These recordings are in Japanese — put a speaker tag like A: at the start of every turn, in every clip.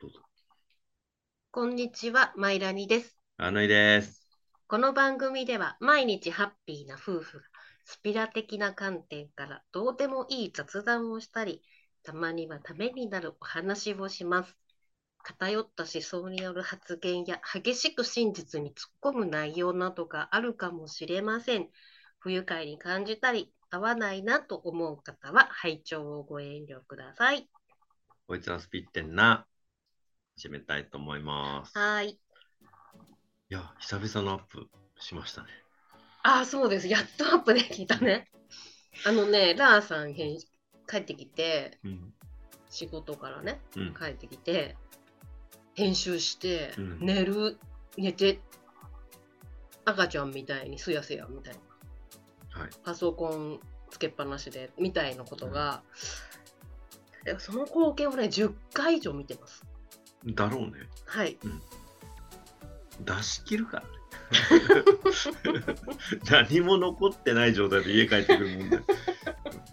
A: どうぞ。
B: こんにちは、マイラニです。
A: あのいです。
B: この番組では毎日ハッピーな夫婦がスピラ的な観点からどうでもいい雑談をしたり、たまにはためになるお話をします。偏った思想による発言や激しく真実に突っ込む内容などがあるかもしれません。不愉快に感じたり、合わないなと思う方は拝聴をご遠慮ください。
A: こいつはスピってんな。始めたいと思います。
B: はい。
A: いや、久々のアップしましたね。
B: ああ、そうです。やっとアップできたね。 あのね、ラーさん返帰ってきて、
A: うん。
B: 仕事からね、
A: うん。
B: 帰ってきて、編集して、
A: うん
B: 寝る、寝て、赤ちゃんみたいにすやすやみたいな、
A: はい
B: パソコンつけっぱなしでみたいなことが、えその光景をね、10回以上見てます。
A: だろうね。
B: はい。
A: 出し切るからね。 何も残ってない状態で家帰ってくるもんで。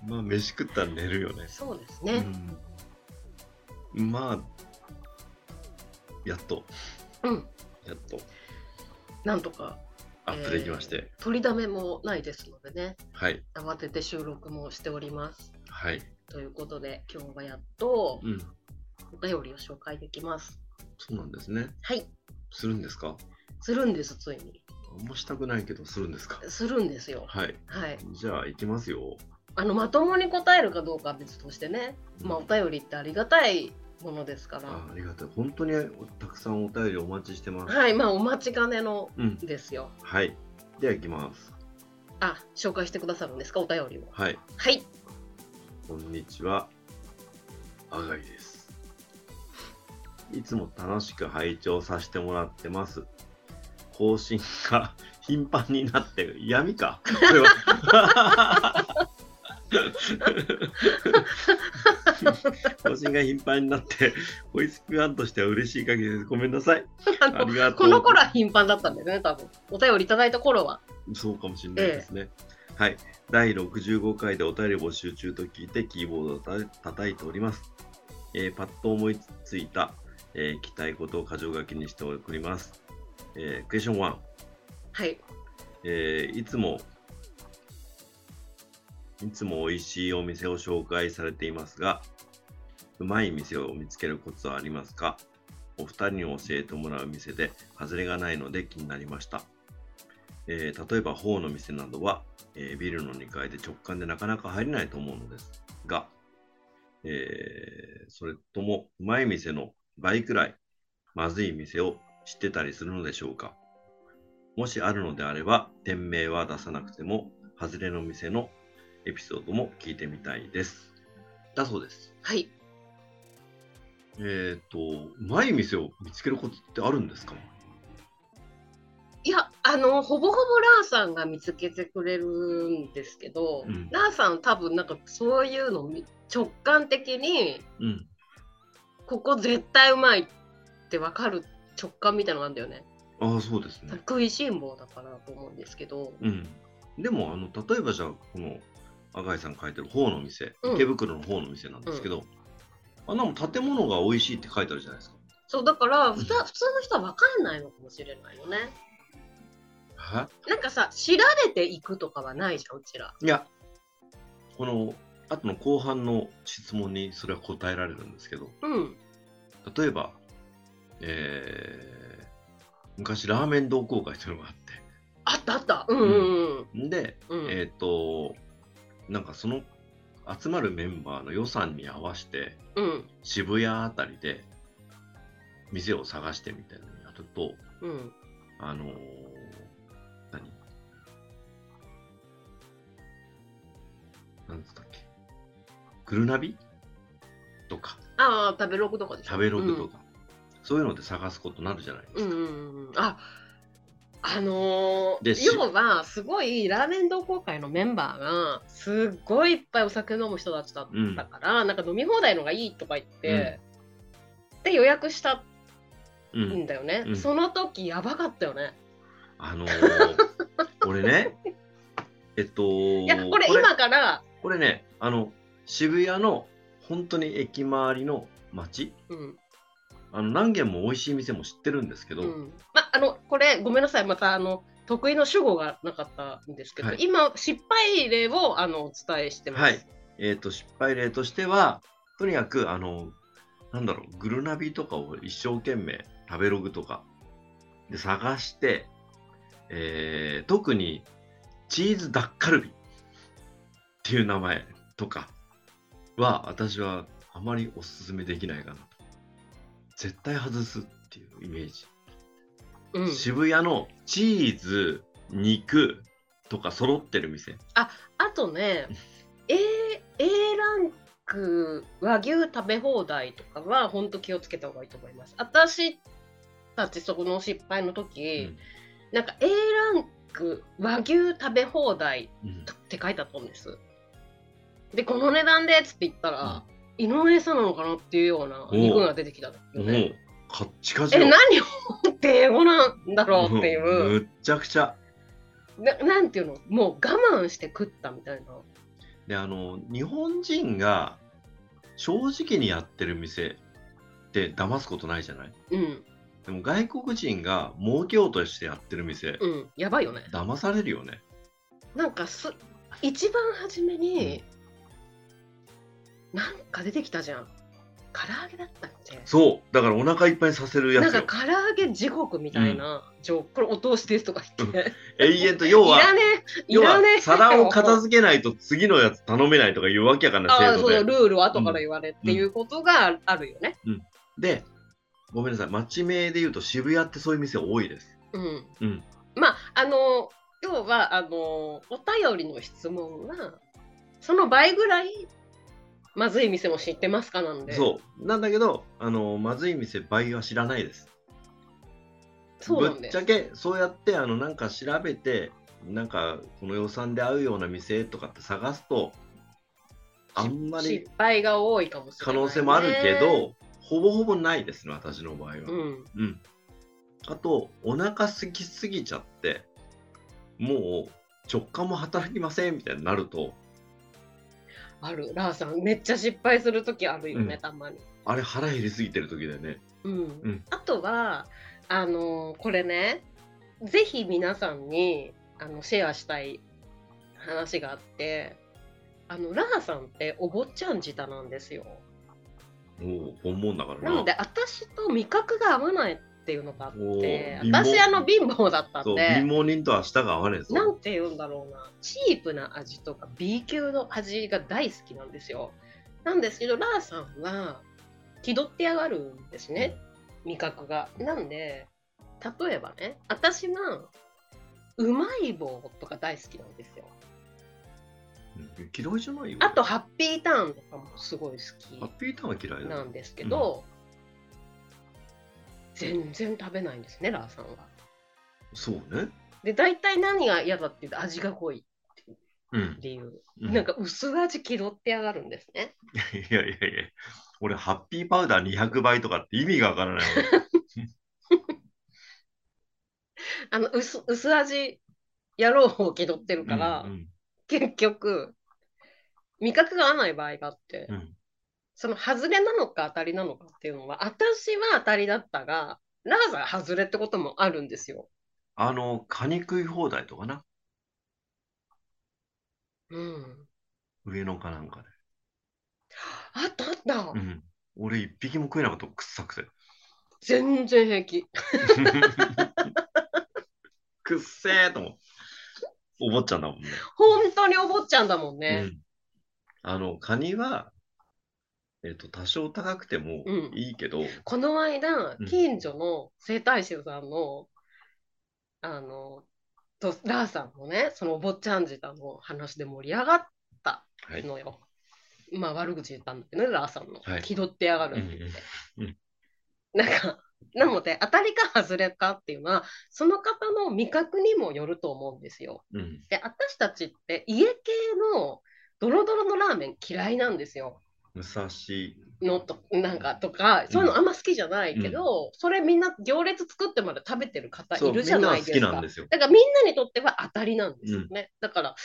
A: まあ、飯食ったら寝るよね。
B: そうです
A: う
B: ね。
A: ん。まあ、やっと、
B: うん。
A: やっと
B: なんとか
A: アップできまして。
B: 取りだめもないですのでね、
A: はい。
B: 慌てて収録もしております。
A: はい。
B: ということで、今日はやっと
A: うん。
B: お便りを紹介できます。
A: そうなんですね。
B: はい。
A: するんですか
B: するんです、ついに。
A: あんましたくないけど、するんですか
B: するんですよ。
A: はい。
B: はい。
A: じゃあ、行きますよ。
B: あのまともに答えるかどうかは別としてね、まあ、お便りってありがたいものですか
A: あ
B: ら、
A: ありがとう。本当にたくさんお便りお待ちしてます。
B: はい、まあ、お待ちかねの
A: うん。
B: ですよ。
A: はい。では行きます。
B: あ、紹介してくださるんですか、お便りを。
A: はい。
B: はい、
A: こんにちは。あがいです。いつも楽しく拝聴させてもらってます。更新が 頻繁になって、闇かこれは 更新が頻繁になって、ホイスピワンとしては嬉しい限りです。ごめんなさい。
B: あ
A: あ
B: の
A: りがとう。
B: この頃は頻繁だったんだよね、多分お便りいただいた頃は。
A: そうかもしれないですね。はい。第65回でお便り募集中と聞いて、キーボードをた叩いております。えーパッと思いついた、えー、期待ことを箇条書きにして送ります。えークエスチョン1、
B: はい、
A: えーいつも、いつも美味しいお店を紹介されていますが、うまい店を見つけるコツはありますかお二人に教えてもらう店で、外れがないので気になりました。えー例えば、方の店などは、えービルの2階で直感でなかなか入れないと思うのですが、えーそれとも、うまい店の倍くらい、まずい店を知ってたりするのでしょうかもしあるのであれば、店名は出さなくても、外れの店のエピソードも聞いてみたいです。だそうです。
B: はい、
A: えっ、と、うまい店を見つけることってあるんですか
B: いや、あのほぼほぼラーさんが見つけてくれるんですけど、
A: うん
B: ラーさん、多分なんかそういうのみ直感的に、
A: うん。
B: ここ絶対うまいって分かる直感みたいなのがあるんだよね。
A: ああ、そうですね。
B: 食いしん坊だからと思うんですけど、
A: うん。でも、あの、例えばじゃあ、この、赤井さん書いてる方の店、
B: うん
A: 池袋の方の店なんですけど、あんなもん建物が美味しいって書いてあるじゃないですか。
B: そうだから
A: ん
B: ふた普通の人は分かんないのかもしれないよね。
A: は
B: なんかさ知られていくとかはないじゃんうちら。
A: いや、この、後の後半の質問にそれは答えられるんですけど、
B: うん。
A: 例えば、えー昔ラーメン同好会というのがあっ
B: あったあった。うんうん
A: て、んで、
B: うんうん。
A: えっ、と、なんかその集まるメンバーの予算に合わせて、
B: うん
A: 渋谷あたりで店を探してみたいなのをやると、
B: うん。
A: あのー何なんつったっけグルナビとか、
B: ああ食べログとかでしょ。
A: 食べログとか、そういうので探すことになるじゃないですか。
B: うん。うんうんうん。ああの
A: で
B: ー、
A: し
B: 要はすごいラーメン同好会のメンバーがすっごいいっぱいお酒飲む人たちだったから、なんか飲み放題のがいいとか言って、で予約した
A: うん
B: んだよね、
A: うん
B: その時やばかったよね、
A: あ のー、俺ね、えっと、
B: いやこれ今から、
A: これね、あの、渋谷の本当に駅周りの街
B: うん、
A: あの何軒も美味しい店も知ってるんですけど、
B: うんま、あのこれごめんなさいまたあの得意の主語がなかったんですけど、
A: はい
B: 今失敗例をあのお伝えしてます。
A: はいえー、と失敗例としてはとにかくあのなんだろうグルナビとかを一生懸命食べログとかで探して、えー特にチーズダッカルビっていう名前とかは私はあまりおすすめできないかなと絶対外すっていうイメージ
B: うん、
A: 渋谷のチーズ肉とか揃ってる店
B: あとね A, A ランク和牛食べ放題とかは本当気をつけた方がいいと思います。私たちそこの失敗の時、なんか A ランク和牛食べ放題
A: うん
B: って書いてあったんです。で、この値段でっつって言ったら、井上さんなのかなっていうような
A: おう
B: 肉が出てきたんですよ
A: も
B: ね。
A: うカッチカチ
B: え、
A: よ
B: 何を持って英語なんだろうっていう、
A: むっちゃくちゃ
B: ななんていうの、もう我慢して食ったみたいな。
A: であの日本人が正直にやってる店って騙すことないじゃない
B: うん、
A: でも外国人が儲けようとしてやってる店
B: うん、やばいよね。
A: 騙されるよね
B: なんかす一番初めに、なんか出てきたじゃん。唐揚げだったっけ
A: そうだからお腹いっぱいにさせるや
B: なん
A: つよ
B: か唐揚げ地獄みたいな、ジョークこれお通しですとか言って、
A: 永遠と要
B: い
A: は
B: らねえい
A: 要は
B: らねえ
A: 皿を片付けないと次のやつ頼めないとかいうわけやかんな
B: あ
A: 制
B: あそ
A: 度
B: う
A: で
B: ルールを後から言われっていうことがあるよね。
A: でごめんなさい町名で言うと渋谷ってそういう店多いです
B: うん
A: うん
B: まああの要はあのお便りの質問はその倍ぐらいまずい店も知ってますかなんで
A: そうなんだけどあのまずい店倍は知らないです
B: そうなん
A: ぶっ
B: で
A: ちゃ
B: す。
A: けそうやってあのなんか調べてなんかこの予算で合うような店とかって探すとあんまり
B: 失敗が多いかもしれな
A: 可
B: いね、
A: 能性もあるけど、ほぼほぼないですね私の場合は、
B: う
A: うん
B: ん、
A: あとお腹空きすぎちゃってもう直感も働きませんみたいになると
B: あるラーさんめっちゃ失敗する時あるよね、
A: うん
B: たまに。
A: あれ腹減りすぎてる時だよね
B: うん
A: ん
B: あとはあのこれねぜひ皆さんにあのシェアしたい話があってあのラーさんってお坊ちゃん舌なんですよ。
A: もう本物だから
B: なので私と味覚が合わないっていうのがあって
A: おー貧乏
B: 私あの貧乏だった
A: そ
B: ん
A: う貧
B: で
A: 乏人とは舌が合わないですよ
B: なんて言うんだろうなチープな味とか B 級の味が大好きなんですよなんですけどラーさんは気取ってやがるんですね味覚がなんで例えばね私はうまい棒とか大好きなんですよ
A: うん嫌いじゃないよ
B: あとハッピーターンとかもすごい好き
A: ハッピーターンは嫌いだ
B: なんですけど、全然食べないんですねラーさんは。
A: そうね
B: で大体何が嫌だって言うと味が濃い
A: うん
B: っていう、
A: う
B: なんか薄味気取ってやがるんですね。
A: いやいやいや、俺、ハッピーパウダー200倍とかって意味がわからない。
B: あの薄薄味やろう方気取ってるか
A: 俺
B: ら、
A: うん
B: 結局味覚が合わない場合があって、
A: うんうん
B: その外れなのか当たりなのかっていうのは私は当たりだったがラーさん外れってこともあるんですよ。
A: あの、カニ食い放題とかな、
B: うん、
A: 上野かなんかで。
B: あったあった、
A: うん、俺、一匹も食えなかった、くっさくて。
B: 全然平気。
A: くっせーと思って。お坊ちゃんだもんね。
B: 本当にお坊ちゃんだもん
A: う
B: ね。
A: ん、あの、カニは、えっ、と、多少高くても
B: うん
A: いいけど、
B: この間
A: うん、
B: 近所の整体師さんの、あの、とラーさんのね、そのお坊ちゃん舌の話で盛り上がった
A: はい。
B: のよ。まあ悪口言ったんだけどね、ラーさんの。
A: はい
B: 気取ってやが
A: う
B: る
A: んう
B: って言って。
A: ん
B: なんか、なので、当たりか外れかっていうのは、その方の味覚にもよると思うんですよ。
A: うん
B: で、私たちって家系のドロドロのラーメン嫌いなんですよ。
A: 武蔵、
B: のとなんかとかそういうのあんま好きじゃないけど、それみんな行列作ってまで食べてる方
A: そう
B: いるじゃないです
A: みんなは好
B: か
A: きなんですよ。
B: だからみんなにとっては当たりなんですよね、だから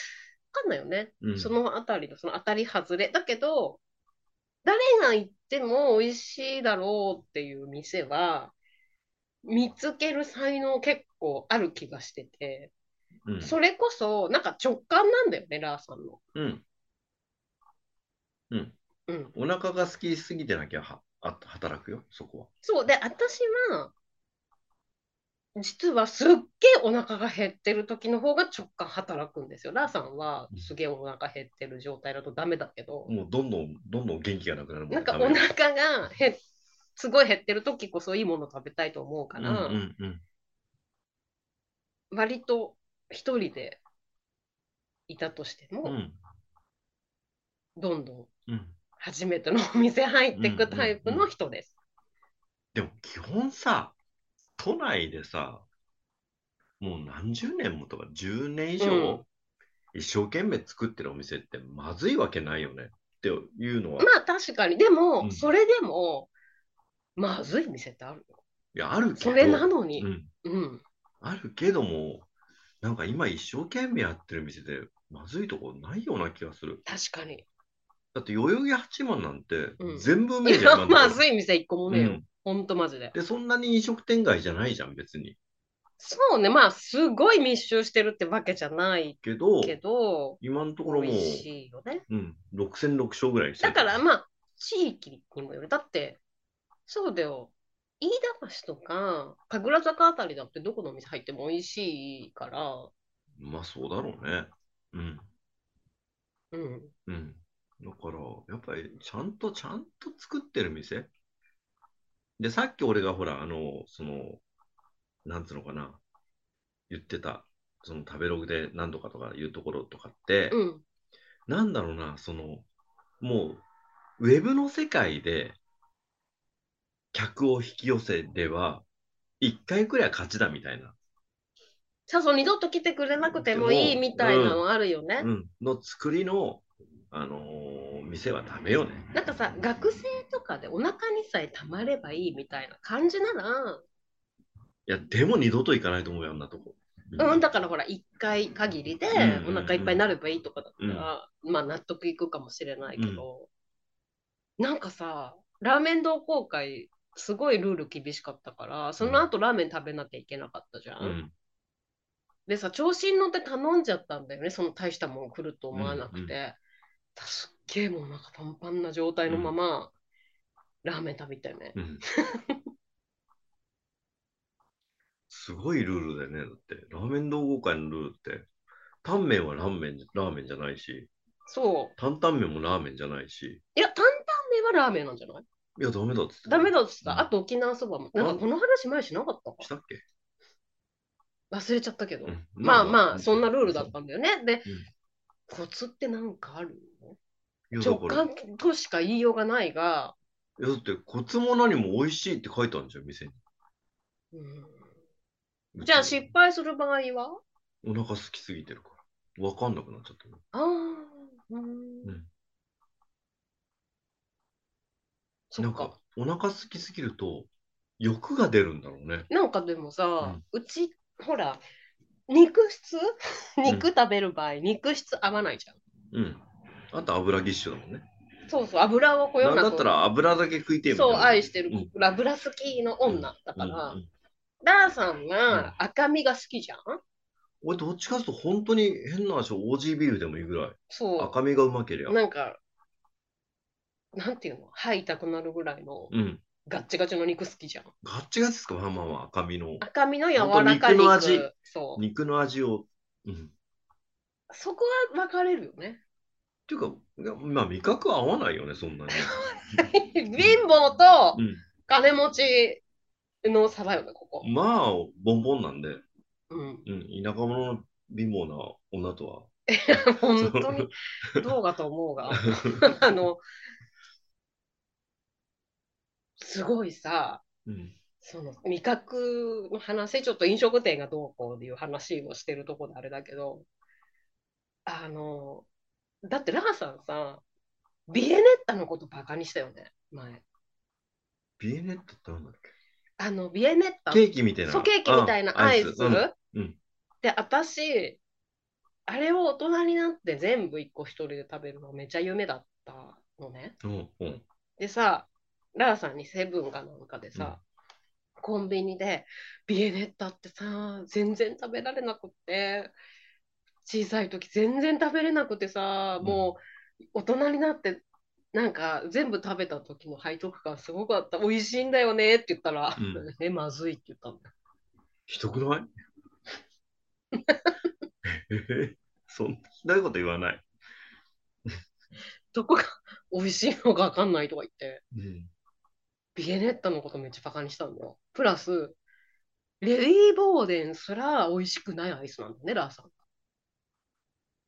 B: 分かんないよね、
A: うん
B: そのあたりのその当たり外れだけど誰が行っても美味しいだろうっていう店は、見つける才能結構ある気がしてて、
A: うん。
B: それこそ、なんか直感なんだよね、ラーさんの。
A: うん。うん。
B: うん。
A: お腹が空きすぎてなきゃはあ働くよ、そこは。
B: そう。で、私は、実はすっげえお腹が減ってる時の方が直感働くんですよ。ラーさんはすげえお腹減ってる状態だとダメだけど、
A: もうどんどん、どんどん元気がなくなるも
B: なんかお
A: 食べる
B: 腹がへすごい減ってる時こそいいもの食べたいと思うから、
A: うんうんうん。
B: 割と一人でいたとしても、
A: うん
B: どんどん
A: うん。
B: 初めてのお店入ってくタイプの人です。
A: でも基本さ、都内でさ、もう何十年もとか10年以上、
B: うん
A: 一生懸命作ってるお店ってまずいわけないよねっていうのは、い
B: まあ確かにでも、
A: うん
B: それでもまずい店ってあるよ
A: やあるけど、
B: それなのに、
A: うん、
B: うん、
A: あるけども、なんか今一生懸命やってる店でまずいとこないような気がする。
B: 確かに。
A: だって代々木八幡なんて
B: うん
A: 全部
B: い
A: 名
B: や、
A: んだ
B: ま
A: から
B: ずい店一個もねえよ。
A: うん
B: ほんとマジで。
A: で、そんなに飲食店街じゃないじゃん、別に。
B: そうね、まあ、すごい密集してるってわけじゃない
A: けど、
B: けど、
A: 今のところ
B: 美
A: もう、
B: 味しいよね。
A: うん、6006勝ぐらいして
B: だ
A: る
B: から、まあ、地域にもよる。だって、そうだよ。飯田橋とか、神楽坂あたりだってどこのお店入っても美味しいから、
A: まあそうだろうね。うん。
B: うん。
A: うん。だから、やっぱりちゃんとちゃんと作ってる店で、さっき俺がほら、あの、その、なんつうのかな、言ってた、その食べログで何度かとかいうところとかって、
B: うん。
A: なんだろうな、その、もう、ウェブの世界で、客を引き寄せれば、一回くらい勝ちだみたいな、
B: さあ、そう、二度と来てくれなくてもいいみたいなのあるよね。
A: うん、の作りの、あのー店はダメよね。
B: なんかさ、学生とかでお腹にさえ溜まればいいみたいな感じなら、
A: いや、でも二度と行かないと思うよ、あんなとこ。
B: うん、だからほら、1回限りで
A: うん
B: お腹いっぱいになればいいとかだったら、まあ納得いくかもしれないけど、なんかさ、ラーメン同好会、すごいルール厳しかったから、その後ラーメン食べなきゃいけなかったじゃん。
A: うん、
B: でさ、調子に乗って頼んじゃったんだよね、その大したもん来ると思わなくて。
A: うんうん
B: すっげえもうなんかパンパンな状態のまま、ラーメン食べたよね。
A: うん。すごいルールだよね、だって。ラーメン同好会のルールって、タンメンはラーメンラーメンじゃないし、
B: そう。
A: 担々麺もラーメンじゃないし、
B: いや、担々麺はラーメンなんじゃない
A: いや、ダメだっつって。
B: ダメだっつった、
A: うん
B: あと沖縄そばも。なんかこの話前しなかったか
A: したっけ、
B: 忘れちゃったけど。
A: うん
B: まあまあ、そんなルールだったんだよね。で、
A: うん
B: コツってなんかあるの
A: いやだ
B: 直
A: から
B: 感としか言いようがないが、
A: いやだって、コツも何も美味しいって書いてあるんじゃん、店に。
B: うんじゃあ失敗する場合は
A: お腹空きすぎてるから。わかんなくなっちゃったね。
B: ああ、うん
A: うん
B: そ
A: な
B: っ
A: んか
B: か。、
A: お腹空きすぎると、欲が出るんだろうね。
B: なんかでもさ、うち、ほら、肉質肉食べる場合、肉質合わないじゃん。
A: うん。あと油ぎっしょだもんね。
B: そうそう、油をこよ
A: なん
B: な
A: だ
B: く
A: ったら油だけ食いてえみたい
B: そう、
A: な
B: 愛してる
A: うん、
B: 油好きの女だから、
A: うんうん
B: ダーさん
A: うん
B: が赤身が好きじゃん、
A: 俺どっちかというと本当に変な話、オージービールでもいいぐらい。
B: そ
A: 赤身がうまけりゃ
B: う。。なんか、なんていうの歯痛くなるぐらいの
A: うん。
B: ガッチガチの肉好きじゃん。
A: ガッチガチですかまあまあまあ赤身の。
B: 赤身の柔らかい
A: ほんと
B: 肉。
A: 肉の味
B: そう。
A: 肉の味を。うん。
B: そこは分かれるよね。
A: っていうか、いやまあ味覚は合わないよね、そ んなに。
B: 貧乏と
A: う
B: 金持ちの差だよね、ここ。
A: ん。まあ、ボンボンなんで、
B: うん。
A: うん、田舎者の貧乏な女とは。
B: 本当にどうかと思う が。あの、すごいさ、
A: うん。
B: その味覚の話、ちょっと飲食店がどうこうっていう話をしてるところであれだけど、あの、だってラハさんさ、ビエネッタのことバカにしたよね、前。
A: ビエネットってなんだっ
B: あの、ビエネッタ、
A: けケーキみたいな。
B: そうケーキみたいなアイス。
A: うんうん
B: で、私、あれを大人になって全部一個一人で食べるのめっちゃ夢だったのね。
A: うん。うん。
B: でさ、ラーさんにセブンがなんかでさ、コンビニでビエネッタってさ、全然食べられなくって、小さい時全然食べれなくてさ、
A: うん
B: もう大人になって、なんか全部食べた時の背徳感すごかった。美味しいんだよねって言ったら、
A: う ん
B: ね、まずいって言ったんだよ。
A: ひどくないえ そんなこと言わない。
B: どこが美味しいのかわかんないとか言って。
A: うん、
B: ビエネッタのことめっちゃバカにしたんだよ。プラス、レディー・ボーデンすら美味しくないアイスなんだね、ラーさんが。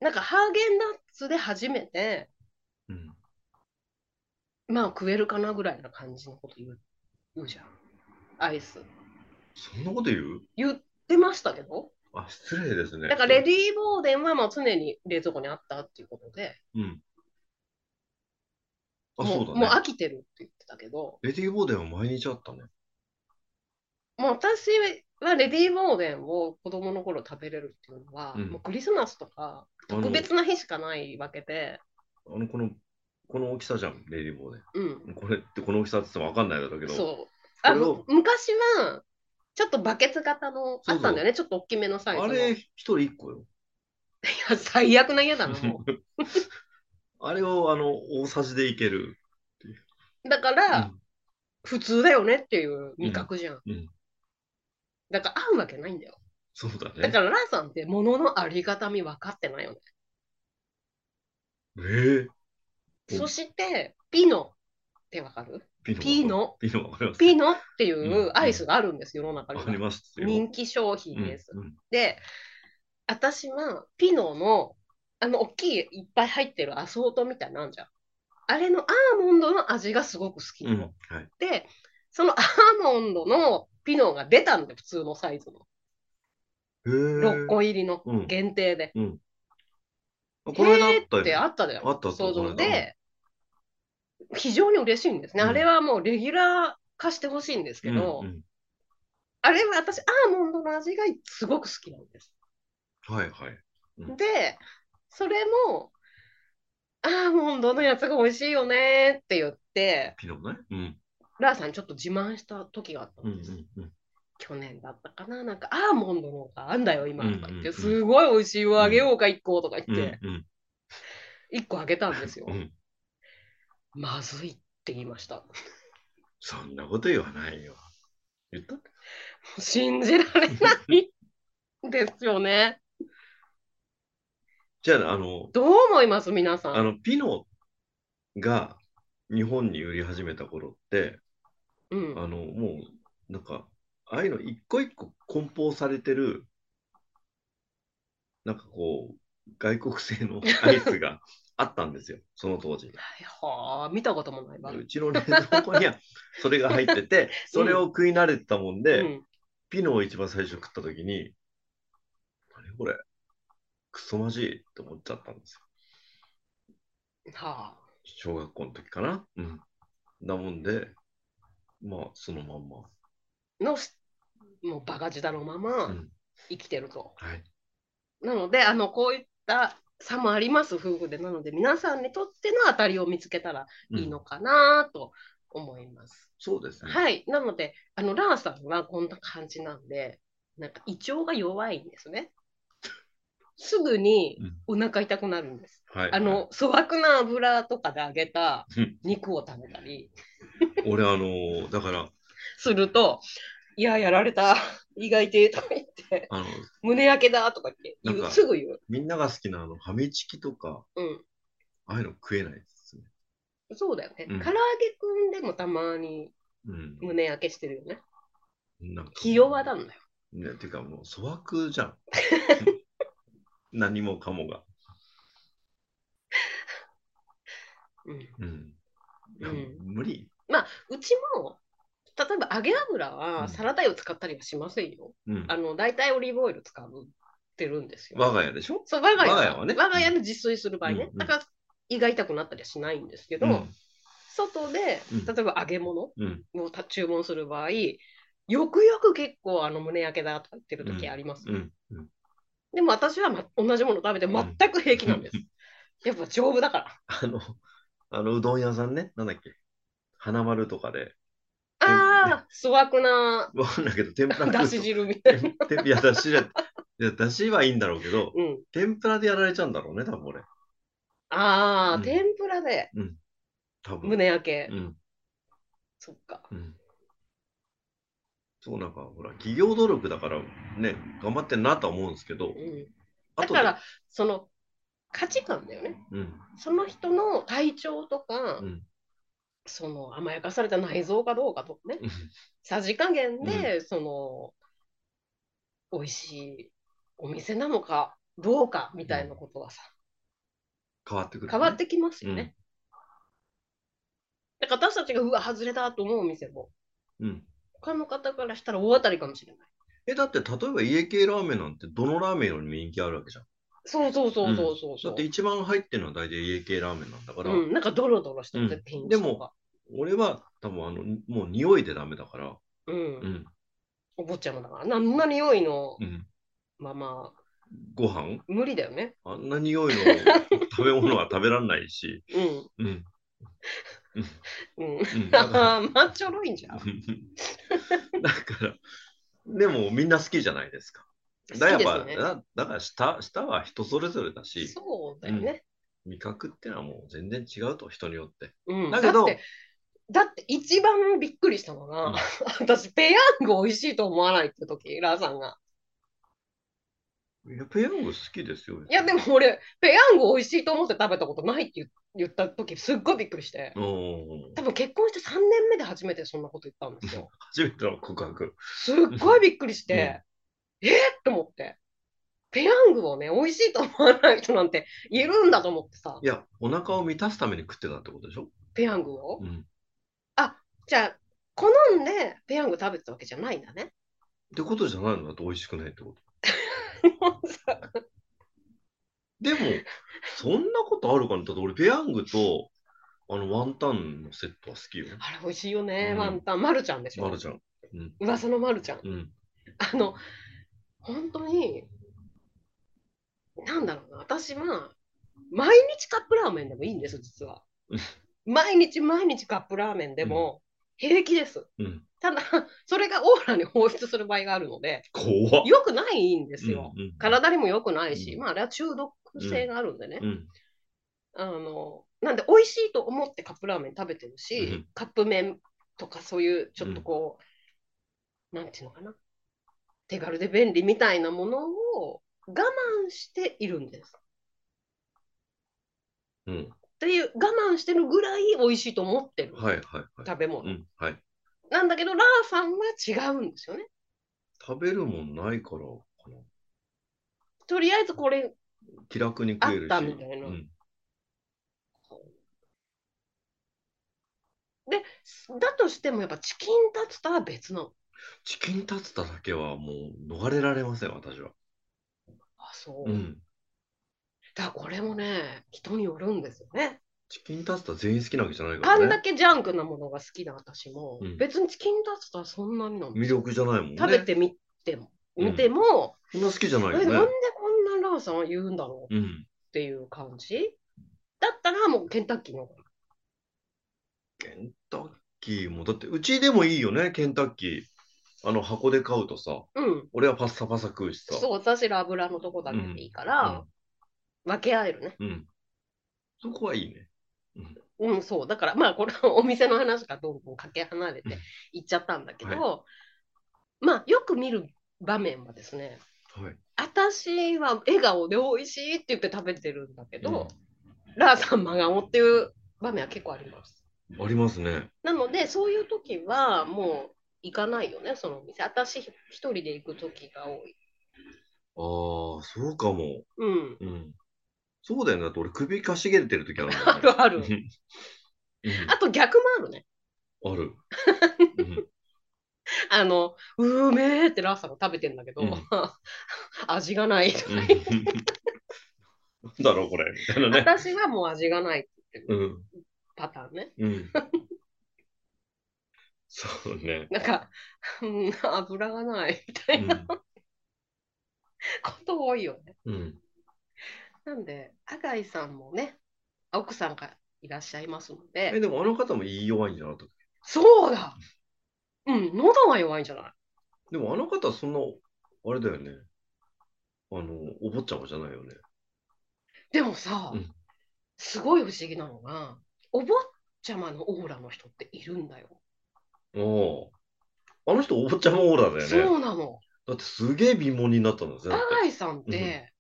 B: なんか、ハーゲンダッツで初めて、
A: うん、
B: まあ食えるかなぐらいな感じのこと言う言うじゃん。アイス。
A: そんなこと言う
B: 言ってましたけど、
A: あ、失礼ですね。
B: だからレディー・ボーデンはもう常に冷蔵庫にあったっていうことで、
A: うん。あ、
B: も
A: そううだ
B: もう
A: ね。
B: 飽きてるって言ってたけど、
A: レディー・ボーデンは毎日あったね。
B: もう私はレディー・ボーデンを子供の頃食べれるっていうのは、
A: うん
B: もうクリスマスとか
A: あの
B: 特別な日しかないわけで、
A: あの、この、この大きさじゃん、レディー・ボーデ
B: うん、
A: ン。これってこの大きさって言ってもわかんないだろうけど。
B: そう。あ
A: これを
B: む昔は、ちょっとバケツ型の、あったんだよね、ちょっと大きめのサイズ
A: あ
B: の。い
A: れ、一人一個よ。
B: や最悪な家 だな、も
A: あれを、あの、大さじでいける。
B: う。だから、普通だよねっていう味覚じゃん。
A: うんうん
B: だから合うわけないんだよ。
A: そうだ
B: だ
A: ね。
B: からラーさんって物のありがたみ分かってないよね。
A: えー、うん
B: そして、ピノってわかるピーノ。
A: ピーノわかります。
B: ピ
A: ノ
B: ノってい
A: んう
B: うんアイスがあるんです、世の中に
A: わ
B: は
A: かりますよ。
B: 人気商品です。
A: うんうん
B: で、私はピノのあの大きいいっぱい入ってるアソートみたいなのあんじゃん。あれのアーモンドの味がすごく好きな
A: うん。
B: の。
A: はい。
B: で、そのアーモンドのピノが出たんで、普通のサイズの。
A: へー
B: 6個入りの
A: うん
B: 限定で。
A: あこの間あ
B: へー
A: ったよ
B: ってあっただよ。
A: あったあった
B: そうそう
A: この間
B: で、非常に嬉しいんですね。
A: うん
B: あれはもうレギュラー化してほしいんですけど、
A: うんうん
B: あれは私、アーモンドの味がすごく好きなんです。
A: はいはい。うん
B: で、それも、アーモンドのやつが美味しいよねって言って、
A: ピノね。うん。
B: ラーさんにちょっと自慢した時があった
A: うんん
B: です。
A: うんうん。
B: 去年だったかな、なんかアーモンドのがあんだよ、今とか言っ
A: うんうんう
B: て、
A: ん
B: すごい美味しいわ、あげようか、1個とか
A: う
B: 言
A: ん
B: って、
A: うん
B: 1個あげたんですよ
A: う。ん。
B: まずいって言いました。
A: そんなこと言わないよ。言った
B: 信じられないですよね。
A: じゃあ、あの、
B: どう思います、皆さ
A: あ
B: ん。
A: の、ピノが日本に売り始めた頃って、
B: うん、
A: あの、もう、なんか、ああいうの一個一個梱包されてる、なんかこう、外国製のアイスがあったんですよ、その当時。
B: はあ、見たこともないわ。
A: うちの冷蔵庫にはそれが入って て、それを食い慣れてたもんで、
B: うん
A: ピノを一番最初食った時に、何これ、クソまじいって思っちゃったんですよ。
B: はあ、
A: 小学校の時かな。うん。だもんで、まあ、そのまんま。
B: のし、もうバカ舌のまま。
A: うん。
B: 生きてると。
A: はい。
B: なのであのこういった差もあります夫婦でなので皆さんにとっての当たりを見つけたら
A: うん
B: いいのかなと思います。
A: そうですね。
B: はいなのであのラーさんはこんな感じなんでなんか胃腸が弱いんですね。すぐにお腹痛くなるんです。
A: はい。
B: あの粗悪な油とかで揚げた
A: うん
B: 肉を食べたり
A: 俺、あのーだから、
B: すると「いややられた胃が痛い」とか言って
A: あの、
B: 「胸焼けだ」とか言って言
A: なん
B: う
A: か
B: すぐ言う。
A: みんなが好きなあの、ファミチキとか、
B: うん
A: ああいうの食えないですね。
B: そうだよね。
A: うん
B: 唐揚げくんでもたまに
A: うん。
B: 胸焼けしてるよね。
A: なんか
B: 気弱なんだよ。
A: ね、てかもう粗 悪じゃん。何もかもが。
B: うん、
A: うん。いや、
B: うん
A: 無理。
B: うちも、例えば揚げ油
A: う
B: は
A: ん
B: サラダ油使ったりはしませんよ。
A: うん。
B: あの、大体オリーブオイル使ってるんですよ。
A: 我が家でしょ
B: そう、我が家
A: 我が家はね
B: 我が家で自炊する場合ね。
A: うんうん
B: だから、胃が痛くなったりはしないんですけど、
A: うん。
B: 外で、
A: うん
B: 例えば揚げ物を
A: うん。
B: た注文する場合、よくよく結構あの胸焼けだとか言ってる時あります
A: う
B: よ、
A: ん。うん
B: でも私は、ま、同じもの食べて全く平 気なんです。やっぱ丈夫だから。
A: あの、あのうどん屋さんね、なんだっけ花丸とかで、
B: ああ、素朴な
A: わかんないけど、天ぷ ら
B: だ
A: 食
B: し
A: うと
B: 汁みたいな。
A: 天天いや、だしじゃ、いや、だしはいいんだろうけど、
B: うん。
A: 天ぷらでやられちゃうんだろうね、多分俺。
B: ああ、
A: うん
B: 天ぷらで
A: 多分。
B: 胸焼け。
A: うん。
B: そっか。
A: うん。そう、なんか、ほら、企業努力だから、ね、頑張ってんなとは思うんですけど
B: う、ん。
A: あ
B: だ
A: と
B: から、その価値観だよね。
A: で、うん、
B: その人の体調とか、
A: うん、
B: その甘やかされた内臓かどうかとかね、
A: うん
B: さじ加減で、その美味しいお店なのかどうかみたいなことはさ、
A: 変わってくるね、
B: 変わってきますよ
A: る
B: ね。だから私たちがうわ、外れたと思うお店も、
A: うん。うん。
B: 他の方からしたら大当たりかもしれない。
A: え、だって、例えば家系ラーメンなんて、どのラーメンよりも人気あるわけじゃん。
B: そうそうそうそうそう
A: だ
B: そ
A: っ
B: う。
A: て一番入ってるのは大体家系ラーメンなんだから、
B: うん、なんかドロドロしてて、店員さんが、
A: 俺は多分あの、もう匂いでダメだから、
B: うん
A: うん、
B: お坊ちゃまだから、あんな匂いの
A: うん。
B: まま
A: ご飯
B: 無理だよね。
A: あんな匂いの食べ物は食べられないし、
B: うん
A: うん。
B: うん。
A: うん、だか
B: ああ、マッチョロインじゃん。
A: ら、だからでもみんな好きじゃないですか。
B: 好
A: だや
B: き
A: っ
B: ですね
A: ぱ、だだから舌舌は人それぞれだし、
B: そうだよね。
A: 味覚ってのはもう全然違うと、人によって。
B: うん、
A: だけど
B: って、だって一番びっくりしたのが、
A: うん
B: 私、ペヤング美味しいと思わないって時、ラーさんが。
A: いや、ペヤング好きですよ。
B: いや、でも俺、ペヤング美味しいと思って食べたことないって言言った時、すっごいびっくりして。
A: うん
B: 多分結婚して3年目で初めてそんなこと言ったんですよ。
A: 初めての告白。
B: すっごいびっくりして、えっと思って。ペヤングをね、美味しいと思わない人なんているんだと思ってさ
A: い、や、お腹を満たすために食ってたってことでしょ、
B: ペヤングを。
A: うん、
B: じゃあ、好んでペヤング食べてたわけじゃないんだね。
A: ってことじゃないのだって美味しくないってこと。
B: もうさ
A: でも、そんなことあるかなだって俺、ペヤングとあのワンタンのセットは好きよ。
B: あれ美味しいよね、
A: うん
B: ワンタン。マルちゃんでしょ。
A: まるちゃん。うん。
B: 噂のまるちゃん。
A: うん。
B: あの、本当に、なんだろうな、私は、毎日カップラーメンでもいいんです、実は
A: う。
B: 毎日毎日カップラーメンでも平気です。
A: うん。
B: ただ、それがオーラに放出する場合があるので、
A: 怖っ。
B: 良くないんですよ。
A: うんうん
B: 体にも良くないし、
A: うん
B: まあ、あれは中毒性があるんでね。
A: うん。
B: あのなんで、美味しいと思ってカップラーメン食べてるし、
A: うん
B: カップ麺とかそういう、ちょっとこう、なんていうのかな、手軽で便利みたいなものを我慢しているんです。
A: うん。
B: っていう、我慢してるぐらい美味しいと思ってる、
A: はいはいはい。
B: 食べ物、
A: うん。はい。
B: なんだけど、ラーさんは違うんですよね。
A: 食べるもんないからかな。
B: とりあえずこれ、
A: 気楽に食えるし。
B: あったみたいな
A: うん。
B: で、だとしてもやっぱチキンタツタは別なの。
A: チキンタツタだけはもう逃れられません、私は。
B: あ、そう。
A: うん。
B: だからこれもね、人によるんですよね。
A: チキンタツタ全員好きなわけじゃないか
B: あ
A: ら
B: んだ
A: ね。
B: けジャンクなものが好きな私も、
A: うん
B: 別にチキンタツタはそんなになんで
A: 魅
B: すよ
A: 力じゃないもんね。
B: 食べてみても、
A: うん
B: 見ても、
A: そんな好きじゃない
B: えなん
A: よね
B: で。こんなラーさんは言うんだろうっ
A: うん。
B: ていう感じだったらもうケンタッキーの方が
A: ケンタッキーも、だってうちでもいいよね、ケンタッキー。あの箱で買うとさ、
B: うん
A: 俺はパッサパサ食うしさ。
B: そう私ら油のとこだけでいいから、分け合えるね
A: うん。うん。そこはいいね。
B: うんそうだからまあこれはお店の話がどんどんかけ離れ
A: うん
B: ていっちゃったんだけど、
A: は
B: まあよく見る場面はですね
A: はい。
B: 私は笑顔で美味しいって言って食べてるんだけど、ラーさん真顔っていう場面は結構あります。
A: うんありますね。
B: なのでそういう時はもう行かないよねそのお店。私一人で行く時が多い。
A: ああ、そうかも。
B: うん。
A: うん。そうだよね。だって俺首かしげてる時あるもんね
B: あるあ
A: う
B: る。
A: ん
B: あと逆も あるね。
A: うん。ある。うん
B: あのうめーってラーさんが食べてんだけど、
A: うん
B: 味がない。
A: うん。 なんだろう、これ。みたいなね。
B: 私はもう味がない
A: うん。
B: パターンね。
A: うん。そうね。
B: なんか、うん、油がないみたいなこと多いよね。
A: うん。うん。
B: なんで、赤井さんもね、奥さんがいらっしゃいますの
A: え、
B: で、
A: でもあの方も言い弱いんじゃなかったっけ
B: そうだうん、喉が弱いんじゃない
A: でもあの方そんな、あれだよね。あの、お坊ちゃまじゃないよね。
B: でもさ、
A: うん
B: すごい不思議なのが、お坊ちゃまのオーラの人っているんだよ。
A: おあの人お坊ちゃまオーラだよ
B: そ
A: ね。
B: うなの。
A: だってすげえ貧乏になったんだぜ。だって
B: 永井さんって、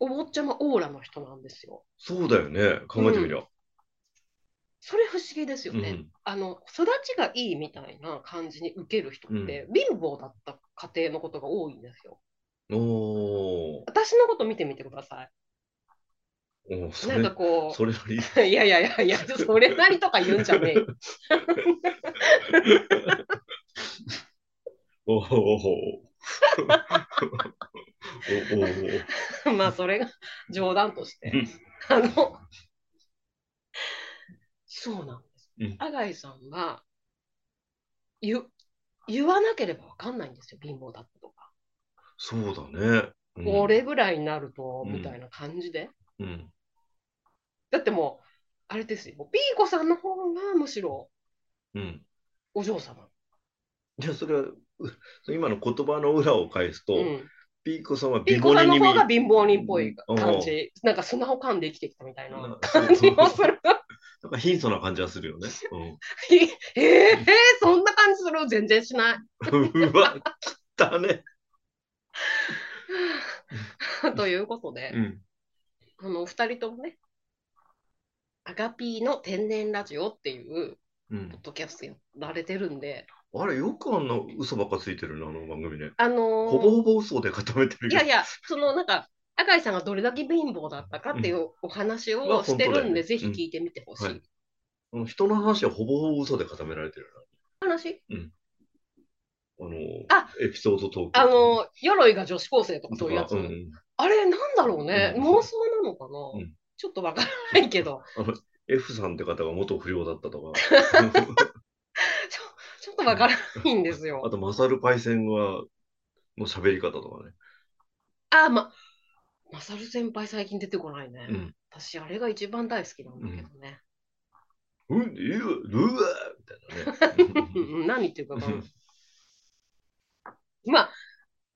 B: お坊ちゃまオーラの人なんですよ。
A: そうだよね。考えてみりゃ。
B: それ不思議ですよ
A: うん。
B: ね。あの育ちがいいみたいな感じに受ける人って、貧乏だった家庭のことが多いんですよ。
A: おー
B: 私のこと見てみてくださ
A: おー
B: い。
A: そ
B: なんか
A: れ、
B: こ
A: それよ り。
B: う、いやいやいやいや、それなりとか言うんじゃねえよ。
A: おーおーおーおおー
B: まあそれが冗談として
A: うん。
B: あの、そうなんです
A: うん。
B: 永井さんは言言わなければわかんないんですよ、貧乏だったとか。
A: そうだね。うん
B: 俺ぐらいになると、
A: うん
B: みたいな感じで。
A: うん。
B: だってもう、あれですよ、ピーコさんの方がむしろ
A: うん。
B: お嬢様。
A: じゃあそれは、う今の言葉の裏を返すと、
B: うん、
A: ピーコさんは
B: ピ
A: 貧
B: ーコ
A: 乏
B: さんの
A: 人に見
B: 方
A: え
B: が貧乏人っぽい
A: うん
B: 感じ。なんか砂を噛んで生きてきたみたいな
A: な
B: 感じもする。
A: なんか貧相な感じはするよね。
B: えー、そんな感じする全然しない。
A: うん、うわ、汚ね。
B: という ことで。
A: うん。
B: あのお二人ともね、アガピーの天然ラジオっていう
A: うん
B: ポッ、ドキャストやられてるんで、
A: あれ、よくあんな嘘ばっかついてるな、あの番組ね。
B: あのー
A: ほぼほぼ嘘で固めてる
B: い
A: けど
B: やいや、そのなんか、赤井さんがどれだけ貧乏だったかっていうお話
A: まあ
B: をしてるんで、
A: 本当だよね
B: ぜひ聞いてみてほしい。
A: うんはいあの人の話はほぼほぼ嘘で固められてる
B: 話
A: な。あの、
B: あ
A: エピソードトーク。
B: あのー、鎧が女子高生とかそういうやつ。
A: うん
B: あれ、なんだろうね、
A: うん
B: 妄想なのかな、
A: うん
B: ちょっとわからないけど、
A: F さんって方が元不良だったと か、
B: ちょっとわからないんです
A: あ
B: よ。
A: と、マサルパイセンは、の喋り方とかね。
B: あ、ま、マサル先輩最近出てこないね。
A: うん
B: 私、あれが一番大好きなんだけどね。。
A: うん、いやうわみたいなね
B: うん、何言ってるか分かんな
A: う
B: い
A: ん。
B: まあ、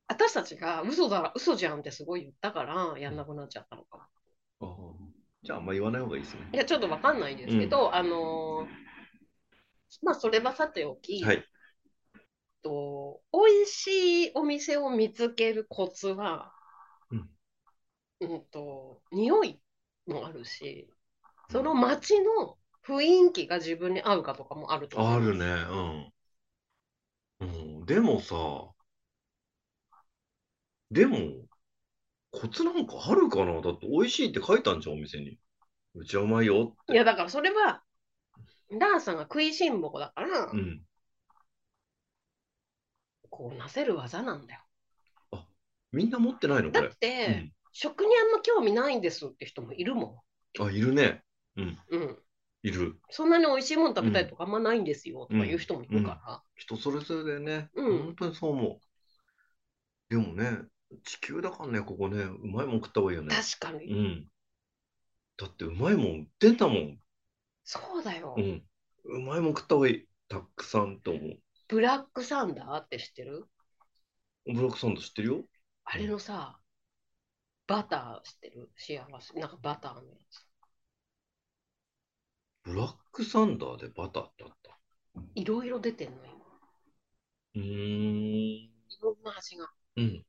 B: 私たちが嘘だ、嘘じゃんってすごい言ったから、やんなくなっちゃったのか。
A: ああじゃあ、あんま言わない方がいいですね。
B: いや、ちょっと分かんないですけど、あのーまあ、それはさておき、
A: はい。
B: と、美味しいお店を見つけるコツは、
A: うん
B: うんと、匂いもあるし、その街の雰囲気が自分に合うかとかもあると思う。
A: あるね、うん。うん、でもさ、でも、コツなんかあるかなだって、美味しいって書いたんじゃん、お店に。うちはうまいよっ
B: い
A: て。
B: や、だからそれは、ダンさんが食いしん坊だから、
A: うん。
B: こうなせる技なんだよ。
A: みんな持ってないの、こ
B: だっ
A: れ。
B: て、
A: うん
B: 食にあんま興味ないんですって人もいるも
A: あ、いるね。
B: ん。うん。
A: いる。
B: そんなに美味しいもの食べたいとかあんまないんですよとかいう人もいるから。
A: 人それぞれでね。
B: うん
A: 本当にそう思う。でもね、地球だからね、ここね、うまいもん食った方がいいよね。
B: 確かに。
A: うん。だって、うまいもん売ってんだもん。
B: そうだよ、
A: うん。うまいもん食った方がいい。たくさんと思う。
B: ブラックサンダーって知ってる
A: ブラックサンド知ってるよ
B: あれのさ、バター知ってる幸せ。なんかバターのやつ。
A: ブラックサンダーでバターってあった。
B: いろいろ出てんの今。
A: うーん。
B: いろんな味が。
A: うん。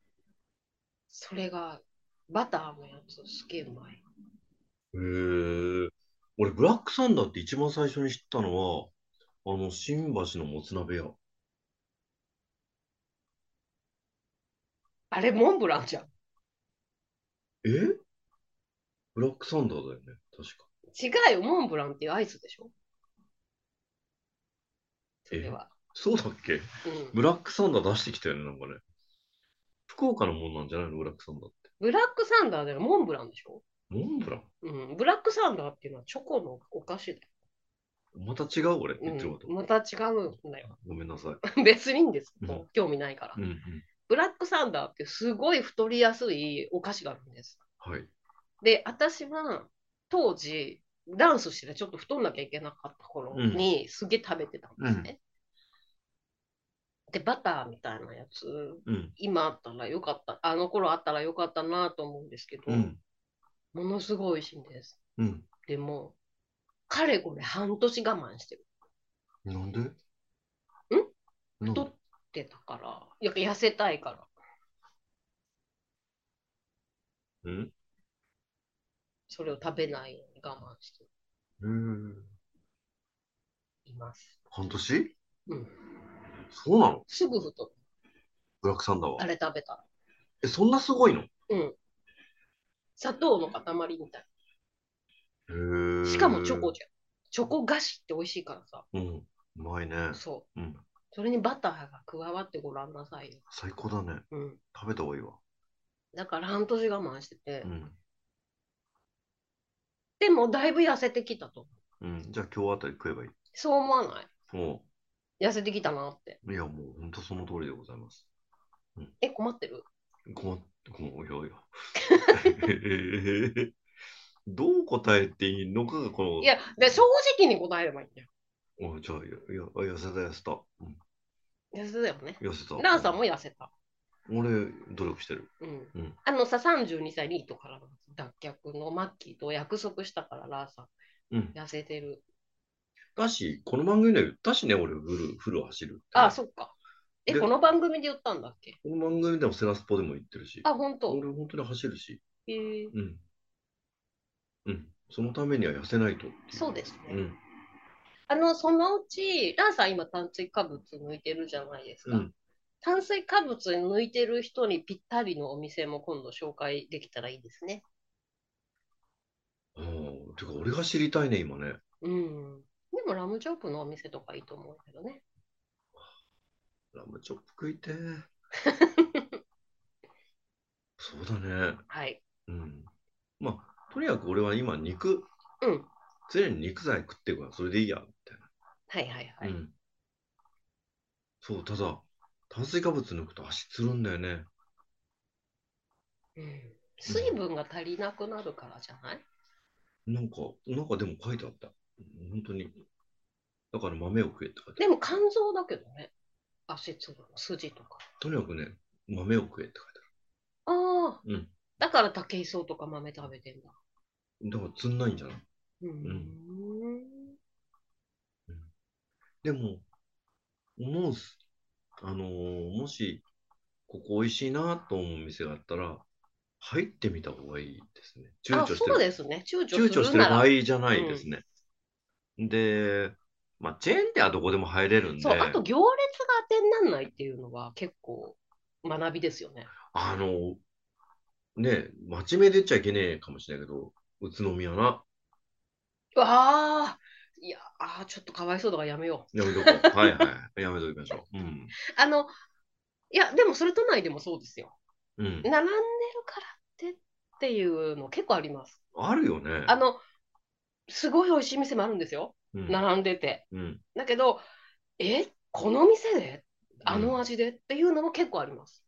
B: それが、バターのやつすげえうまい。
A: へえ。俺、ブラックサンダーって一番最初に知ったのは、あの、新橋のもつ鍋屋。
B: あれモンブランじゃん。
A: えブラックサンダーだよね。確か。
B: 違うよ、モンブランっていうアイスでしょそれは。
A: そうだっけ
B: うん
A: ブラックサンダー出してきたよね、なんかね。福岡のもんなんじゃないのブラックサンダーって。
B: ブラックサンダーではモンブランでしょ、
A: モンブラン
B: うん、ブラックサンダーっていうのはチョコのお菓子だ
A: また違う俺、
B: よ、
A: 言ってること
B: うん。また違うんだよ。
A: ごめんなさい。
B: 別にいいんですけ
A: う
B: ど、興味ないから、
A: うんうん。
B: ブラックサンダーってすごい太りやすいお菓子があるんです。
A: はい。
B: で、私は当時、ダンスしててちょっと太んなきゃいけなかった頃に、すげえ食べてたんですね。で、バターみたいなやつ、
A: うん。
B: 今あったらよかった、あの頃あったらよかったなと思うんですけど、
A: うん。
B: ものすごい美味しいんです。
A: うん。
B: でも、かれこれ半年我慢してる。
A: なんでんなん
B: 太ってたから、やっぱ痩せたいから。
A: うん
B: それを食べないように我慢して
A: うん。
B: います。
A: 半年
B: うん、
A: そうなの
B: すぐ太る。
A: ブラックサンダー
B: あ
A: は。
B: れ食べたら。
A: え、そんなすごいの
B: うん。砂糖の塊みたい
A: へ
B: な。
A: え。
B: しかもチョコじゃん。チョコ菓子って美味しいからさ。
A: うん。うまいね。
B: そ
A: うん。
B: う。それにバターが加わってごらんなさいよ。
A: 最高だね。
B: うん。
A: 食べた方がいいわ。
B: だから半年我慢してて。
A: うん。
B: でもだいぶ痩せてきたと思う。
A: うん。じゃあ今日あたり食えばいい。
B: そう思わな
A: も
B: い痩せてきたなって。
A: う、いやもう本当その通りでございます。
B: え、困ってる
A: 困っ、困るよいや。どう答えていいのかがこの。
B: いや、で正直に答えればいいんだよ。
A: おじゃあ、いや、いや痩せた痩せた。うん
B: 痩せたよね。
A: 痩せた。
B: ランさんも痩せた。
A: 俺、努力してる。
B: うん
A: うん
B: あのさ、32歳リートからの脱却のマッキーと約束したから、ラーさ
A: うん
B: ん、。痩せてる。
A: だし、この番組で言ったしね、俺、フル、フル走るって。
B: あそっか。え、
A: で
B: この番組で言ったんだっけ
A: この番組でもセラスポでも言ってるし。
B: あ、本当。
A: 俺、本当に走るし。
B: へえ
A: うん。うん。そのためには痩せないと。
B: そうですね。
A: うん。
B: あの、そのうち、ラーさん今炭水化物抜いてるじゃないです
A: う
B: か。
A: ん。
B: 炭水化物抜いてる人にぴったりのお店も今度紹介できたらいいですね。
A: ああ、てか、俺が知りたいね、今ね。
B: うん。でもラムチョップのお店とかいいと思うけどね。
A: ラムチョップ食いて ー。そうだね。
B: はい。
A: うん。まあ、とにかく俺は今、肉、
B: うん。
A: 常に肉剤食ってるから、それでいいや、みたいな。
B: はいはいはい。
A: うん、そう、ただ、炭水化物抜くと足つるんだよね。
B: うん、水分が足りなくなるからじゃない
A: なんか、なんかでも書いてあった。本当に。だから豆を食えって書いて
B: で
A: あ
B: も肝臓だけどね。足つぶの筋とか。
A: った。とにかくね、豆を食えって
B: ああ、
A: うん
B: だから竹磯とか豆食べてんだ。
A: 書いてある。だからつんないんじゃない
B: うん。
A: でも、思うす。あのーもし、ここ美味しいなと思う店があったら、入ってみた方がいいですね。躊
B: あ、
A: 躇してる
B: そうですね。躊躇
A: 躊躇
B: す
A: し
B: る
A: てる
B: な
A: 場
B: ら。
A: 合じゃないですね。で、まあ、チェーン店はどこでも入れるんで、
B: そう、あと行列が当てになんないっていうのは結構学びですよね。
A: あの、ね、町名で言っちゃいけねえかもしれないけど、宇都宮な。
B: ああ、いや、あーちょっとかわいそうだからやめよ
A: やめとこう。はいはい。やめときましょう。うん。
B: う。あの、いや、でもそれ都内でもそうですよ。
A: う
B: 並ん
A: ん。
B: でるからってっていうの結構あります。
A: あるよね。
B: あの、すごい美味しい店もあるんですよ、
A: うん。
B: 並んでて。
A: うん。
B: だけど、え、この店で、あの味でっていうのも結構あります。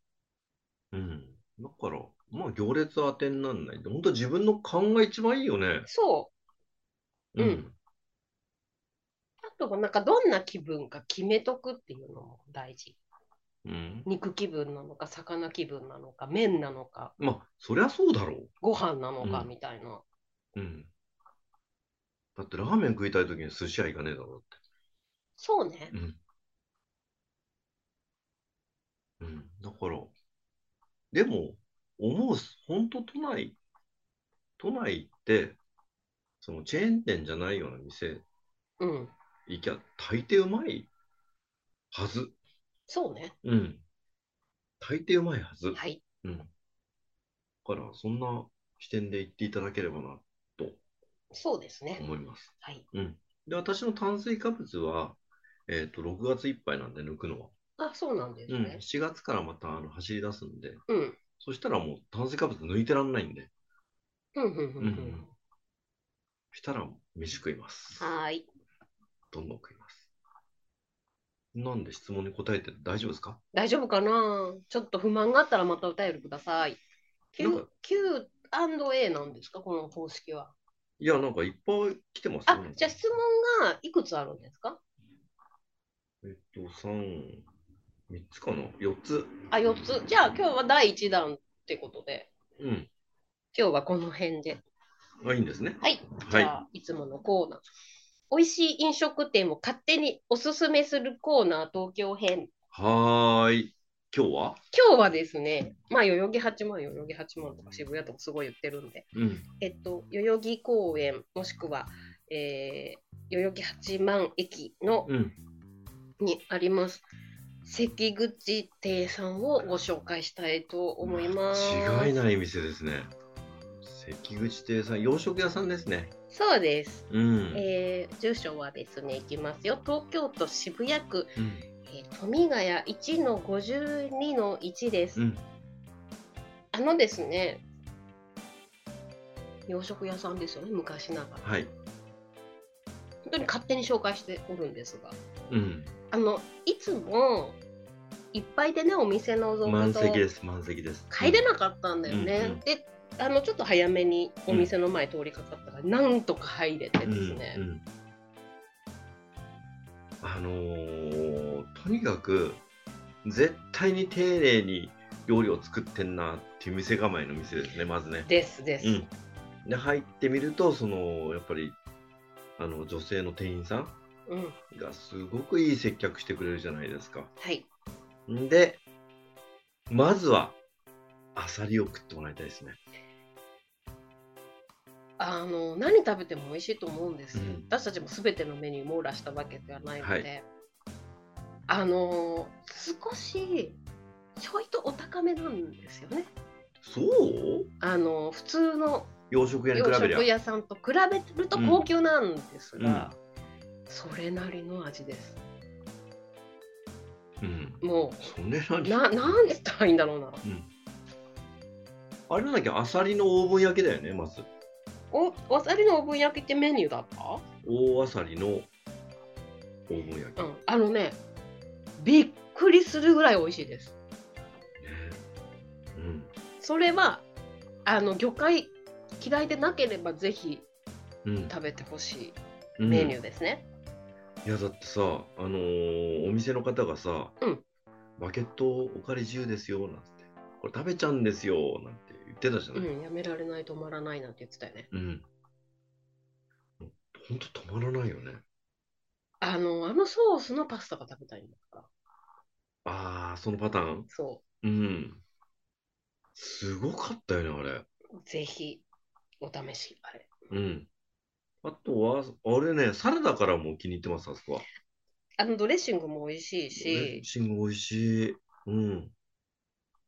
A: うん。だから、まあ、行列当てになんない。本当自分の勘が一番いいよね。。
B: そううんう。あとは、なんかどんな気分か決めとくっていうのも大事。
A: うん。
B: 肉気分なのか、魚気分なのか、麺なのか、
A: まあ、そりゃそうだろ
B: ご飯なのか
A: うん
B: みたいな。
A: う。うん。だって、ラーメン食いたいときに寿司屋行かねえだろ
B: そうね
A: う。って。うん。うん。だから、でも、思うす、本当都内、都内って、そのチェーン店じゃないような店
B: うん。
A: 行きゃ大抵うまいはず。
B: そうね。
A: うん。大抵うまいはず。
B: はい。
A: うん。だから、そんな視点で言っていただければなと
B: そうですね。
A: 思います。
B: はい。
A: うん。で、私の炭水化物は、えっと、6月いっぱいなんで抜くのは。
B: あ、そうなんです
A: うん。
B: ね。
A: 7月からまたあの走り出すんで、
B: うん。
A: そしたらもう炭水化物抜いてらんないんで、
B: うん。うん。うん。う
A: うん
B: ん。
A: したら飯食います。
B: はーい。
A: どんどん食います。なんで質問に答えて大丈夫ですか
B: 大丈夫かなちょっと不満があったらまたお便りください。
A: なんか
B: Q&A なんですかこの方式は。
A: いや、なんかいっぱい来てます
B: あ
A: ね。、
B: じゃあ質問がいくつあるんですか
A: えっと、三、三つかな四つ。
B: あ、4つ。じゃあ今日は第1弾ってことで、
A: うん。
B: 今日はこの辺で。
A: あ、いいんですね。
B: はい。じ
A: はい。
B: ゃあ、いつものコーナー。美味しい飲食店を勝手におすすめするコーナー東京編。
A: はーい。今日は
B: 今日はですね、まあ、代々木八幡、代々木八幡とか渋谷とかすごい言ってるんで、
A: うん。
B: えっと、代々木公園、もしくは、えー、代々木八幡駅の
A: うん。
B: にあります、関口亭さんをご紹介したいと思います。
A: 違いない店ですね。関口亭さん、洋食屋さんですね。
B: そうです。
A: うん。
B: えー、住所はですね、いきますよ。東京都渋谷区、
A: うん。
B: えー、富ヶ谷1の52の1です。
A: うん。
B: あのですね、洋食屋さんですよね、昔ながら。
A: はい。
B: 本当に勝手に紹介しておるんですが、
A: うん。
B: あの、いつもいっぱいでね、お店のぞ
A: 満
B: くと
A: 席です。満席です。
B: 帰れなかったんだよね。
A: うんうん
B: で、あの、ちょっと早めにお店の前通りかかったから、なんとか入れてですね。
A: うんうんあのーとにかく絶対に丁寧に料理を作ってんなっていう店構えの店ですねまずね。
B: ですです。
A: うん、で入ってみるとそのやっぱりあの女性の店員さん
B: うん、
A: がすごくいい接客してくれるじゃないですか。
B: はい。
A: んでまずはアサリを食ってもらいたいですね。
B: あの何食べても美味しいと思うんですよ、
A: うん
B: 私たちも全てのメニュー網羅したわけではないので、
A: は
B: あの少しちょいとお高めなんですよね
A: そう
B: あの普通の
A: 洋食屋に
B: 洋
A: 比べりゃ
B: 食。屋さんと比べると高級なんですが、それなりの味です
A: うん、
B: も
A: それな
B: う
A: り
B: な なんて言ったらいいんだろうな
A: うんあれなんだっけアサリのオーブン焼きだよねまず
B: おおあさりのオーブン焼きってメニューだった
A: 大アサリのオーブン焼き、
B: うん、あのねびっくりするぐらい美味しいです
A: うん
B: それはあの魚介嫌いでなければぜひ
A: うん
B: 食べてほし
A: う
B: い
A: ん、
B: メニューですね。
A: いやだってさあのーお店の方がさ、
B: うん
A: バケットお借り自由ですよ」なんて「これ食べちゃうんですよ」なんて言ってたじゃ
B: う
A: ない、
B: ん、やめられない止まらないなんて言ってたよね。
A: うんほんと止まらないよね
B: あのあのソースのパスタが食べたいんだから。
A: ああそのパターン
B: そ
A: うんすごかったよねあれ
B: うぜひお試しあれ。
A: うん。あとは、あれね、サラダからも気に入ってます、あそこは。
B: あのドレッシングも美味しい
A: ドレ
B: し
A: ッ、シング美味しい。うん。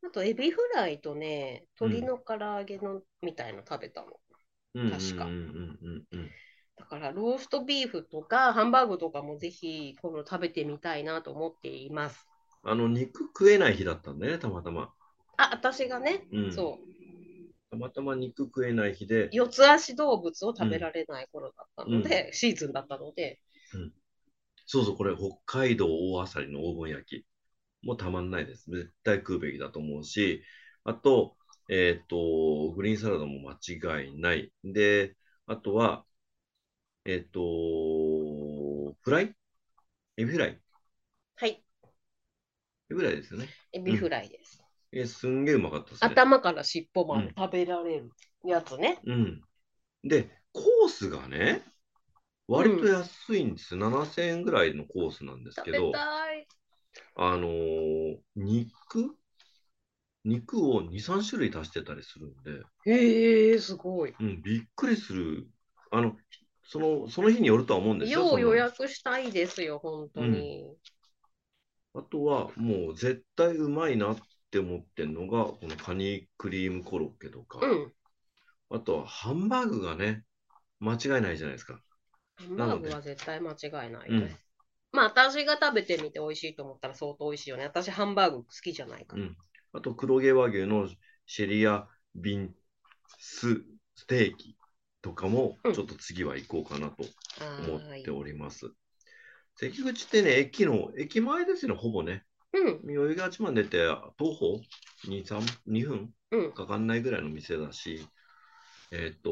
B: あとエビフライとね
A: うん
B: 鶏の唐揚げのみたいの食べたの。
A: うん
B: 確か
A: うんうんうんうん
B: だからローストビーフとかハンバーグとかもぜひこの食べてみたいなと思っています。
A: あの、肉食えない日だったんだよね、たまたま。
B: あ、私がね、
A: うん。
B: そう
A: たまたま肉食えない日で、
B: 四つ足動物を食べられない頃だったので、シーズンだったので、
A: そうそう、これ、北海道大あさりのオーブン焼き。もうたまんないです。絶対食うべきだと思うし、あと、えっ、と、グリーンサラダも間違いない。で、あとは、えっ、と、フライエビフライ
B: はい、
A: ぐらいですよね。
B: エビフライです。
A: えーすんげえうまかったですね。
B: 頭から尻尾ま
A: う
B: で
A: ん
B: 食べられるやつね。
A: うん。で、コースがね、割と安いんです。7000円ぐらいのコースなんです
B: 食
A: け
B: べ
A: ど、
B: たい。
A: あのー肉肉を2、3種類足してたりするんで、
B: へえー、すごい。
A: うん、びっくりする。あの、その、その日によるとは思うんですよ。
B: よ
A: そうの
B: 予約したいですよ、本当に。
A: あとは、もう絶対うまいなって思ってるのが、このカニクリームコロッケとか、
B: うん。
A: あとはハンバーグがね、間違いないじゃないですか。
B: ハンバーグは絶対間違いないです。まあ、私が食べてみて美味しいと思ったら相当美味しいよね。私、ハンバーグ好きじゃないから。
A: うんあと黒毛和牛のシェリアビンスステーキとかも
B: うん
A: ちょっと次は行こうかなと
B: あ
A: 思
B: ー
A: っております。関口ってね、駅の、駅前ですよね、ほぼね。
B: うん、
A: 代々木八幡出て、徒歩2、3、2分
B: うん。
A: かかんないぐらいの店だし、えっ、と、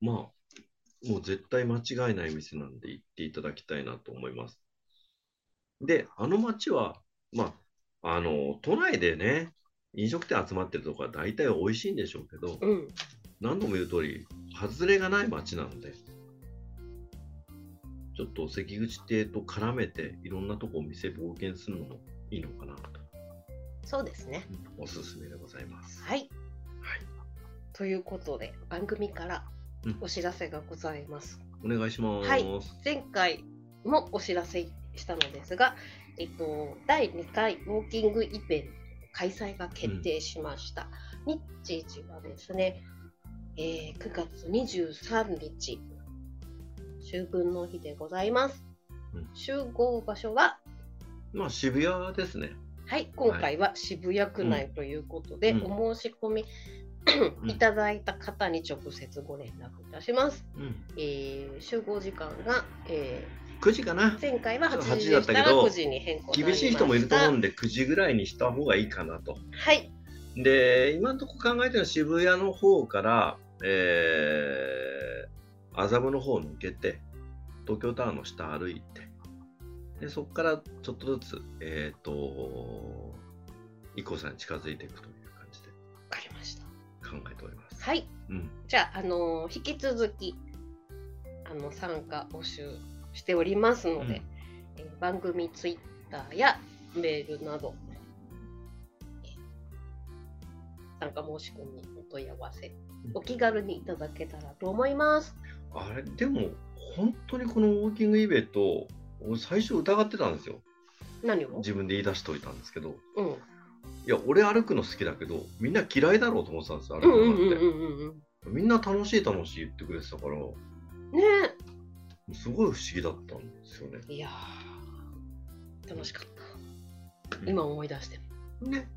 A: まあ、もう絶対間違いない店なんで行っていただきたいなと思います。で、あの街は、まあ、あの、都内でね、飲食店集まってるとこは大体美味しいんでしょうけど、
B: うん。
A: 何度も言う通り、外れがない街なので、ちょっと関口亭と絡めて、いろんなとこお店冒険するのもいいのかなと、
B: そうですね。
A: おすすめでございます。
B: はい。ということで、番組から
A: うん
B: お知らせがございます。
A: お願いします。
B: はい前回もお知らせしたのですが、えっと、第2回ウォーキングイベント開催が決定しました。日時はですね、えー9月23日、秋分の日でございます。
A: うん
B: 集合場所は、
A: まあ、渋谷ですね。
B: はい、今回は渋谷区内ということで、
A: うん
B: お申し込み、
A: ん
B: いただいた方に直接ご連絡いたします。
A: うん。
B: えー集合時間が、えー
A: 9時かな。
B: 前回は
A: ちょっと
B: 8時で
A: 8時だっ
B: した
A: た
B: が
A: けど
B: 9時に変更
A: 厳しい人もいると思うん
B: で
A: で、9時ぐらいにした方がいいかなと。
B: はい
A: で、今のとこ考えてるのは渋谷の方から、えー、麻布の方抜けて、東京タワーの下歩いて、でそこからちょっとずつ、えっ、と、i k さんに近づいていくという感じで
B: わかりました
A: 考えております。
B: はい
A: うん。
B: じゃあ、あのー引き続きあの参加募集しておりますので、えー番組ツイッターやメールなどえー参加申し込みお問い合わせお気軽にいただけたらと思います
A: あれ、でも、本当にこのウォーキングイベント、俺最初疑ってたんですよ。
B: 何を
A: 自分で言い出しておいたんですけど。
B: うん
A: いや、俺歩くの好きだけど、みんな嫌いだろうと思ってたんですよ、歩
B: う
A: く
B: んううん
A: のなんんて。
B: うんうん
A: みんな楽しい楽しい言ってくれてたから、
B: うんね
A: すごい不思議だったんですよね。
B: えいやー楽しかった今思い出してる
A: ね。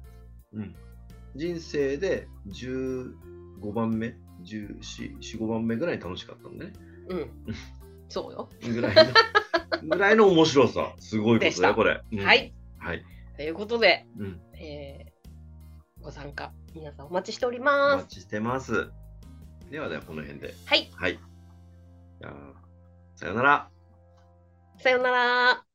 A: うん。人生で15番目、14、15番目ぐらいに楽しかったんだね。
B: うん、そうよ。
A: ぐらい の、ぐらいの面白さ。すごいこ
B: で
A: と
B: し
A: だよ、
B: た
A: これ。うん
B: はい。
A: はい。
B: ということで、
A: うん。
B: えーご参加、皆さんお待ちしており
A: お
B: ま
A: 待
B: す。
A: ちしてます。ではでは、この辺で。
B: はい、
A: はい。じゃあ、さよなら。
B: さようなら。